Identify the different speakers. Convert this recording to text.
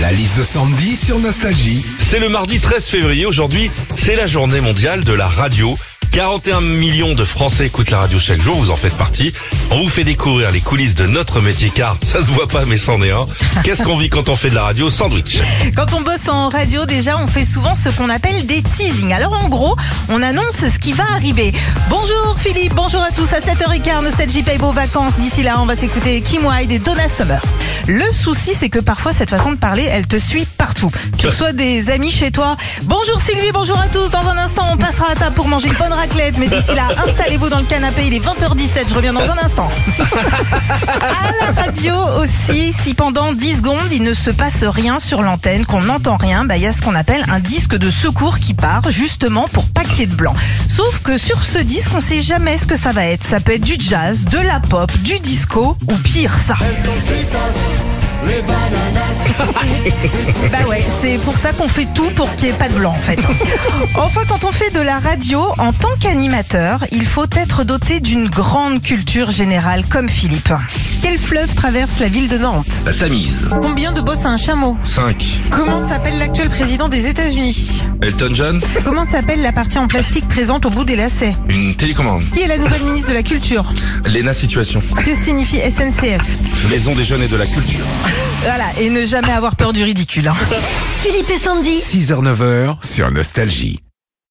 Speaker 1: La liste de Sandy sur Nostalgie.
Speaker 2: C'est le mardi 13 février. Aujourd'hui, c'est la journée mondiale de la radio. 41 millions de Français écoutent la radio chaque jour, vous en faites partie. On vous fait découvrir les coulisses de notre métier car ça se voit pas mais c'en est un. Qu'est-ce qu'on vit quand on fait de la radio Sandwich.
Speaker 3: Quand on bosse en radio, déjà, on fait souvent ce qu'on appelle des teasings. Alors, en gros, on annonce ce qui va arriver. Bonjour Philippe, bonjour à tous. À 7h15, Nostalgie Paye vos vacances. D'ici là, on va s'écouter Kim Wilde et Donna Summer. Le souci, c'est que parfois, cette façon de parler, elle te suit partout. Tu reçois des amis chez toi. Bonjour Sylvie, bonjour à tous. Dans un instant, on passera à table pour manger une bonne raclette. Mais d'ici là, installez-vous dans le canapé. Il est 20h17. Je reviens dans un instant. À la radio aussi, si pendant 10 secondes il ne se passe rien sur l'antenne, qu'on n'entend rien, bah, il y a ce qu'on appelle un disque de secours qui part justement pour pas qu'il y ait de blanc. Sauf que sur ce disque, on sait jamais ce que ça va être. Ça peut être du jazz, de la pop, du disco ou pire ça. Bah ouais, c'est pour ça qu'on fait tout pour qu'il n'y ait pas de blanc en fait. Enfin, quand on fait de la radio, en tant qu'animateur, il faut être doté d'une grande culture générale comme Philippe. Quel fleuve traverse la ville de Nantes
Speaker 2: La Tamise.
Speaker 3: Combien de bosses a un chameau
Speaker 2: 5.
Speaker 3: Comment s'appelle l'actuel président des États-Unis
Speaker 2: Elton John.
Speaker 3: Comment s'appelle la partie en plastique présente au bout des lacets
Speaker 2: Une télécommande.
Speaker 3: Qui est la nouvelle ministre de la Culture
Speaker 2: Lena Situation.
Speaker 3: Que signifie SNCF
Speaker 2: Maison des jeunes et de la culture.
Speaker 3: Voilà, et ne jamais avoir peur du ridicule. hein.
Speaker 4: Philippe et Sandy.
Speaker 1: 6h-9h sur Nostalgie.